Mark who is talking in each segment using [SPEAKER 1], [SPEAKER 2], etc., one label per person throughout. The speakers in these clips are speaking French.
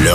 [SPEAKER 1] Le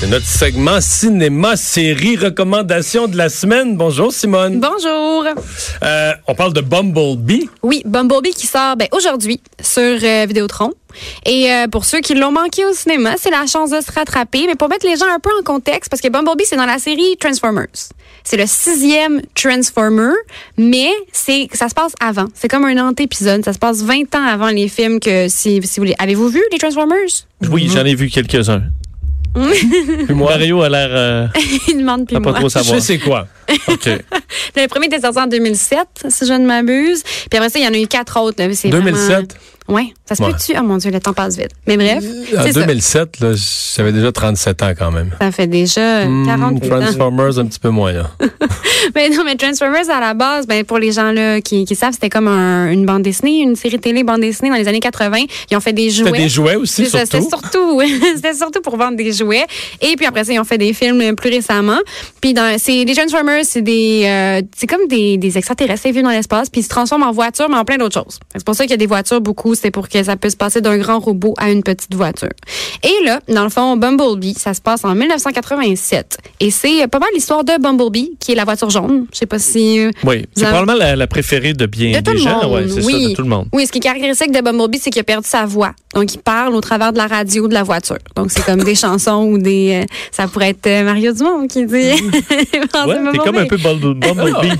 [SPEAKER 2] C'est notre segment cinéma, série, recommandation de la semaine. Bonjour Simone.
[SPEAKER 3] Bonjour.
[SPEAKER 2] Euh, on parle de Bumblebee.
[SPEAKER 3] Oui, Bumblebee qui sort ben, aujourd'hui sur euh, Vidéotron. Et euh, pour ceux qui l'ont manqué au cinéma, c'est la chance de se rattraper. Mais pour mettre les gens un peu en contexte, parce que Bumblebee, c'est dans la série Transformers. C'est le sixième Transformer, mais c'est ça se passe avant. C'est comme un antépisode. Ça se passe 20 ans avant les films que, si, si vous voulez. Avez-vous vu les Transformers?
[SPEAKER 4] Oui, j'en ai vu quelques-uns. Puis Mario a l'air euh,
[SPEAKER 3] Il demande plus
[SPEAKER 4] à pas
[SPEAKER 3] moi.
[SPEAKER 4] trop
[SPEAKER 2] Je
[SPEAKER 4] savoir.
[SPEAKER 2] sais c'est quoi.
[SPEAKER 4] OK.
[SPEAKER 3] Le premier était sorti en 2007, si je ne m'abuse. Puis après ça, il y en a eu quatre autres. là. C'est vraiment-
[SPEAKER 2] 2007.
[SPEAKER 3] Ouais, ça se
[SPEAKER 2] Ouais. Euh,
[SPEAKER 3] peut-tu? Oh mon Dieu, le temps passe vite. Mais bref,
[SPEAKER 2] En
[SPEAKER 3] c'est ça.
[SPEAKER 2] 2007, là, j'avais déjà 37 ans quand même.
[SPEAKER 3] Ça fait déjà
[SPEAKER 2] Hmm,
[SPEAKER 3] 48 ans.
[SPEAKER 2] Transformers, un petit peu moins. Là.
[SPEAKER 3] Mais non, mais Transformers, à la base, ben, pour les gens là, qui, qui savent, c'était comme un- une bande dessinée, une série télé bande dessinée dans les années 80. Ils ont fait des jouets.
[SPEAKER 2] C'était des jouets aussi,
[SPEAKER 3] C'est ça, C'était
[SPEAKER 2] surtout.
[SPEAKER 3] surtout, c'était surtout pour vendre des jouets. Et puis après ça, ils ont fait des films plus récemment. Puis dans, c'est les Transformers, c'est des, euh, c'est comme des, des extraterrestres ils vivent dans l'espace, puis ils se transforment en voiture, mais en plein d'autres choses. C'est pour ça qu'il y a des voitures beaucoup. C'est pour que ça puisse passer d'un grand robot à une petite voiture. Et là, dans le fond, Bumblebee, ça se passe en 1987. Et c'est pas mal l'histoire de Bumblebee, qui est la voiture jaune. Je sais pas si euh,
[SPEAKER 4] Oui, c'est
[SPEAKER 3] Dans-
[SPEAKER 4] probablement la, la préférée de bien
[SPEAKER 3] de
[SPEAKER 4] des
[SPEAKER 3] tout le
[SPEAKER 4] gens.
[SPEAKER 3] monde.
[SPEAKER 4] ouais, c'est
[SPEAKER 3] oui.
[SPEAKER 4] ça, de tout le monde.
[SPEAKER 3] Oui, ce qui est caractéristique de Bumblebee, c'est qu'il a perdu sa voix. Donc, il parle au travers de la radio de la voiture. Donc, c'est comme des chansons ou des. euh, ça pourrait être euh, Mario Dumont qui dit.
[SPEAKER 4] Mhm.
[SPEAKER 3] Ah,
[SPEAKER 4] Ouais, t'es comme un peu Bumble- Bumblebee.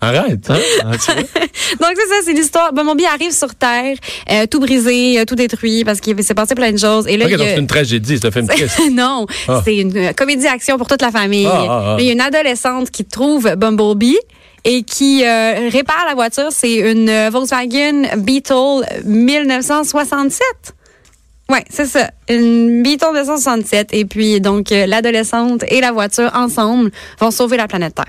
[SPEAKER 2] Arrête.
[SPEAKER 4] Hein? Ah, tu vois?
[SPEAKER 3] Donc, c'est ça, c'est l'histoire. Bumblebee arrive sur Terre, euh, tout brisé, euh, tout détruit, parce qu'il s'est passé plein de choses. Et là,
[SPEAKER 2] Ok,
[SPEAKER 3] il y
[SPEAKER 2] donc
[SPEAKER 3] a-
[SPEAKER 2] c'est une tragédie, c'est un film triste.
[SPEAKER 3] non,
[SPEAKER 2] Ah.
[SPEAKER 3] c'est une euh, comédie-action pour toute la famille.
[SPEAKER 2] Ah, ah, ah.
[SPEAKER 3] Mais Il y a une adolescente qui trouve Bumblebee et qui euh, répare la voiture. C'est une euh, Volkswagen Beetle 1967. Oui, c'est ça. Une Beetle 1967. Et puis, donc, euh, l'adolescente et la voiture, ensemble, vont sauver la planète Terre.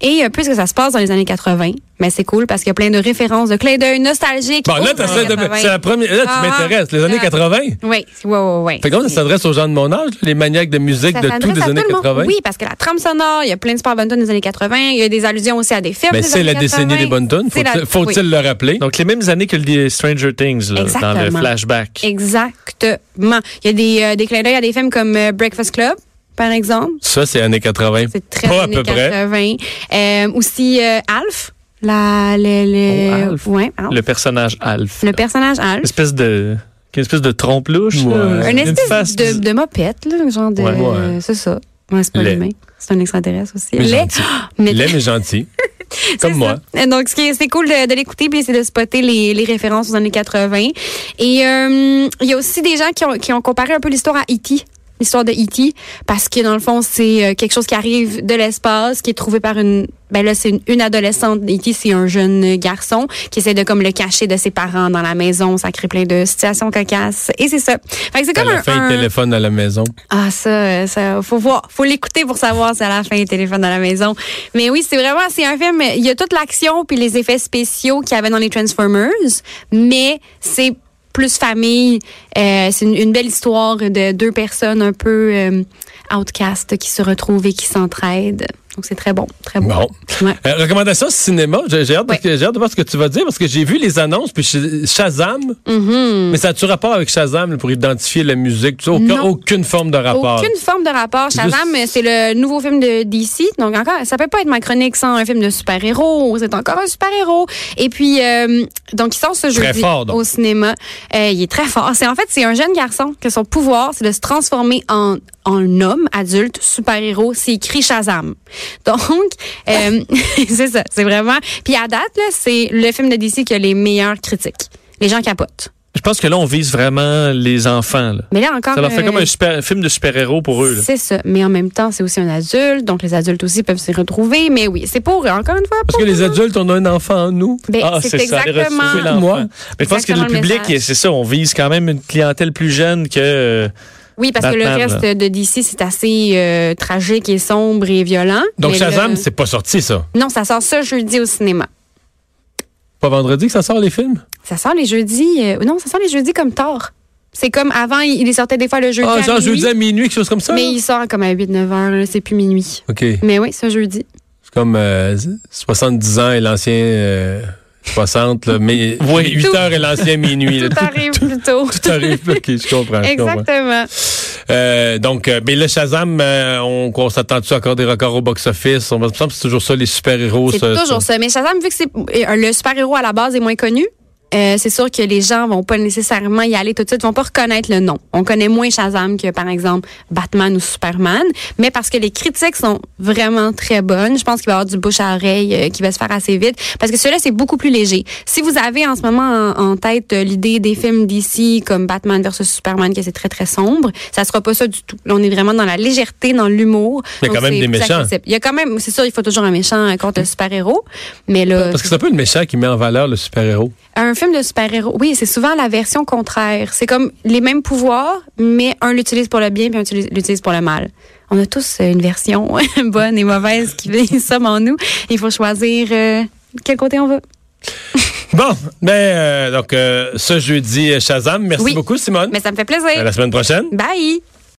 [SPEAKER 3] Et euh, puisque ça se passe dans les années 80, mais c'est cool parce qu'il y a plein de références, de clins d'œil nostalgiques.
[SPEAKER 2] Bon, Ben, là,
[SPEAKER 3] aux
[SPEAKER 2] t'essaies
[SPEAKER 3] années
[SPEAKER 2] de-
[SPEAKER 3] 80.
[SPEAKER 2] c'est la première. Là, tu
[SPEAKER 3] Ah, ah.
[SPEAKER 2] m'intéresses. Les années
[SPEAKER 3] Ah.
[SPEAKER 2] 80.
[SPEAKER 3] Oui, oui, oui, oui.
[SPEAKER 2] Fait que donc, ça s'adresse aux gens de mon âge, là, les maniaques de musique
[SPEAKER 3] Ça
[SPEAKER 2] de
[SPEAKER 3] s'adresse
[SPEAKER 2] tous des
[SPEAKER 3] à
[SPEAKER 2] années
[SPEAKER 3] tout le monde.
[SPEAKER 2] 80.
[SPEAKER 3] Oui, parce que la trame sonore, il y a plein de super bonnes tunes des années 80. Il y a des allusions aussi à des films.
[SPEAKER 2] Mais
[SPEAKER 3] des
[SPEAKER 2] Ben, c'est
[SPEAKER 3] années
[SPEAKER 2] la décennie
[SPEAKER 3] 80.
[SPEAKER 2] des bonnes tunes.
[SPEAKER 3] C'est
[SPEAKER 2] Faut-il
[SPEAKER 3] la-
[SPEAKER 2] faut-il
[SPEAKER 3] oui.
[SPEAKER 2] le rappeler?
[SPEAKER 4] Donc, les mêmes années que les Stranger Things, là, dans le
[SPEAKER 3] Exactement.
[SPEAKER 4] flashback.
[SPEAKER 3] Exactement. Il y a des, euh, des clins d'œil à des films comme euh, Breakfast Club, par exemple.
[SPEAKER 2] Ça, c'est années 80.
[SPEAKER 3] C'est très
[SPEAKER 2] Pas à
[SPEAKER 3] années
[SPEAKER 2] peu près.
[SPEAKER 3] 80. Euh, aussi euh, Alf. La, le, le,
[SPEAKER 4] Oh, Alf.
[SPEAKER 3] Ouais, Alf.
[SPEAKER 4] Le personnage Alf.
[SPEAKER 3] Le personnage Alf.
[SPEAKER 4] Une espèce de, une espèce de trompe louche.
[SPEAKER 2] Ouais.
[SPEAKER 4] là.
[SPEAKER 3] Un
[SPEAKER 4] Une
[SPEAKER 3] espèce
[SPEAKER 4] face
[SPEAKER 3] de,
[SPEAKER 4] bizarre.
[SPEAKER 3] de mopette, là, un genre de.
[SPEAKER 2] Ouais, ouais.
[SPEAKER 3] euh, c'est ça. Ouais, c'est pas
[SPEAKER 2] Lait.
[SPEAKER 3] l'humain. C'est un extraterrestre aussi.
[SPEAKER 2] Mais
[SPEAKER 3] Lait.
[SPEAKER 2] gentil.
[SPEAKER 3] Mais-
[SPEAKER 2] L'aime est gentil. Comme
[SPEAKER 3] C'est
[SPEAKER 2] moi.
[SPEAKER 3] ça. Euh, Donc, ce qui est- c'est cool de, de l'écouter, puis c'est de spotter les, les références aux années 80. Et euh, il y a aussi des gens qui ont, qui ont comparé un peu l'histoire à E.T., l'histoire de E.T., parce que dans le fond, c'est euh, quelque chose qui arrive de l'espace, qui est trouvé par une... Ben là, c'est une, une adolescente. E.T., c'est un jeune garçon qui essaie de comme le cacher de ses parents dans la maison. Ça crée plein de situations cocasses. Et c'est ça. Fait que c'est
[SPEAKER 2] À
[SPEAKER 3] comme
[SPEAKER 2] la
[SPEAKER 3] un...
[SPEAKER 2] fin,
[SPEAKER 3] un-
[SPEAKER 2] il téléphone à la maison.
[SPEAKER 3] ah, ça, euh, ça, faut voir. Faut l'écouter pour savoir si à la fin, il téléphone à la maison. Mais oui, c'est vraiment, c'est un film, il y a toute l'action puis les effets spéciaux qu'il y avait dans les Transformers, mais c'est plus famille. Euh, c'est une, une belle histoire de deux personnes un peu euh, outcast qui se retrouvent et qui s'entraident. Donc, c'est très bon, très bon.
[SPEAKER 2] Bon.
[SPEAKER 3] Ouais.
[SPEAKER 2] Euh, recommandation cinéma. J'ai j'ai hâte, de-
[SPEAKER 3] Ouais.
[SPEAKER 2] j'ai hâte de voir ce que tu vas dire parce que j'ai vu les annonces. Puis Sh- Shazam. Mais ça a-tu rapport avec Shazam là, pour identifier la musique? tout ça? Aucun-
[SPEAKER 3] Mm-hmm. Non.
[SPEAKER 2] aucune forme de rapport.
[SPEAKER 3] Aucune forme de rapport. Shazam,
[SPEAKER 2] Juste-
[SPEAKER 3] c'est le nouveau film de DC. Donc, encore, ça peut pas être ma chronique sans un film de super-héros. C'est encore un super-héros. Et puis, euh, donc, il sort ce
[SPEAKER 2] Très
[SPEAKER 3] jeudi
[SPEAKER 2] fort, donc.
[SPEAKER 3] au cinéma. Euh, il est très fort. C'est En fait, c'est un jeune garçon que son pouvoir, c'est de se transformer en, en homme adulte, super-héros. C'est écrit Shazam. Donc, euh, c'est ça. C'est vraiment... Puis, à date, là, c'est le film de DC qui a les meilleures critiques. Les gens capotent.
[SPEAKER 4] Je pense que là, on vise vraiment les enfants. là.
[SPEAKER 3] Mais là encore.
[SPEAKER 4] Ça leur fait
[SPEAKER 3] euh,
[SPEAKER 4] comme un super- film de super-héros pour eux. là.
[SPEAKER 3] C'est ça. Mais en même temps, c'est aussi un adulte, donc les adultes aussi peuvent s'y retrouver. Mais oui, c'est pour, encore une fois,
[SPEAKER 2] Parce
[SPEAKER 3] pour
[SPEAKER 2] que les
[SPEAKER 3] nous.
[SPEAKER 2] adultes, on a un enfant en nous.
[SPEAKER 3] Ben,
[SPEAKER 4] Ah,
[SPEAKER 3] c'est
[SPEAKER 4] c'est ça, les
[SPEAKER 3] exactement.
[SPEAKER 4] ressources, l'enfant.
[SPEAKER 2] Moi.
[SPEAKER 4] Mais je pense que
[SPEAKER 3] Exactement
[SPEAKER 4] le
[SPEAKER 3] le
[SPEAKER 4] public,
[SPEAKER 3] message.
[SPEAKER 4] c'est ça, on vise quand même une clientèle plus jeune que... euh,
[SPEAKER 3] Oui, parce que le
[SPEAKER 4] Batman,
[SPEAKER 3] reste de DC, c'est assez euh, tragique et sombre et violent.
[SPEAKER 2] Donc
[SPEAKER 3] Mais
[SPEAKER 2] Shazam,
[SPEAKER 3] là-
[SPEAKER 2] c'est pas sorti, ça.
[SPEAKER 3] Non, ça sort ça jeudi au cinéma.
[SPEAKER 2] Pas vendredi que ça sort, les films?
[SPEAKER 3] Ça sort les jeudis. euh, non, ça sort les jeudis comme tard. C'est comme avant, il il les sortait des fois le jeudi.
[SPEAKER 2] Ah,
[SPEAKER 3] à
[SPEAKER 2] genre
[SPEAKER 3] minuit,
[SPEAKER 2] jeudi à minuit, quelque chose comme ça?
[SPEAKER 3] Mais
[SPEAKER 2] là?
[SPEAKER 3] il sort comme à 8-9 heures, là, c'est plus minuit.
[SPEAKER 2] OK. C'est
[SPEAKER 3] Mais oui, ce jeudi.
[SPEAKER 2] comme euh, 70 ans et l'ancien euh, 60, là, mais
[SPEAKER 4] Oui.
[SPEAKER 2] 8 heures et l'ancien minuit. là.
[SPEAKER 3] Tout arrive plus tôt.
[SPEAKER 2] Tout arrive. OK, je comprends. je comprends.
[SPEAKER 3] Exactement.
[SPEAKER 2] Euh, donc, euh, mais le Shazam, euh, on, on s'attend-tu encore des records au box-office? On me semble que c'est toujours ça, les super-héros.
[SPEAKER 3] C'est
[SPEAKER 2] ça,
[SPEAKER 3] toujours ça. Mais Shazam, vu que c'est euh, le super-héros à la base est moins connu, euh, c'est sûr que les gens vont pas nécessairement y aller tout de suite, vont pas reconnaître le nom. On connaît moins Shazam que par exemple Batman ou Superman, mais parce que les critiques sont vraiment très bonnes, je pense qu'il va y avoir du bouche à oreille euh, qui va se faire assez vite parce que celui-là c'est beaucoup plus léger. Si vous avez en ce moment en, en tête euh, l'idée des films d'ici comme Batman versus Superman que c'est très très sombre, ça sera pas ça du tout. Là, on est vraiment dans la légèreté, dans l'humour.
[SPEAKER 2] Il y a quand
[SPEAKER 3] Donc,
[SPEAKER 2] même
[SPEAKER 3] c'est
[SPEAKER 2] des
[SPEAKER 3] plus
[SPEAKER 2] méchants.
[SPEAKER 3] accessible. Il y a quand même, c'est sûr, il faut toujours un méchant euh, contre le super-héros, mais là,
[SPEAKER 2] Parce que c'est un peu le méchant qui met en valeur le super-héros.
[SPEAKER 3] un film de super-héros, oui, c'est souvent la version contraire. C'est comme les mêmes pouvoirs, mais un l'utilise pour le bien, puis un utilise- l'utilise pour le mal. On a tous euh, une version bonne et mauvaise qui vit somme en nous. Il faut choisir euh, quel côté on va.
[SPEAKER 2] Bon, ben, euh, donc, euh, ce jeudi, euh, Shazam. Merci
[SPEAKER 3] Oui.
[SPEAKER 2] beaucoup, Simone.
[SPEAKER 3] Mais ça me fait
[SPEAKER 2] À
[SPEAKER 3] plaisir.
[SPEAKER 2] la semaine prochaine.
[SPEAKER 3] Bye!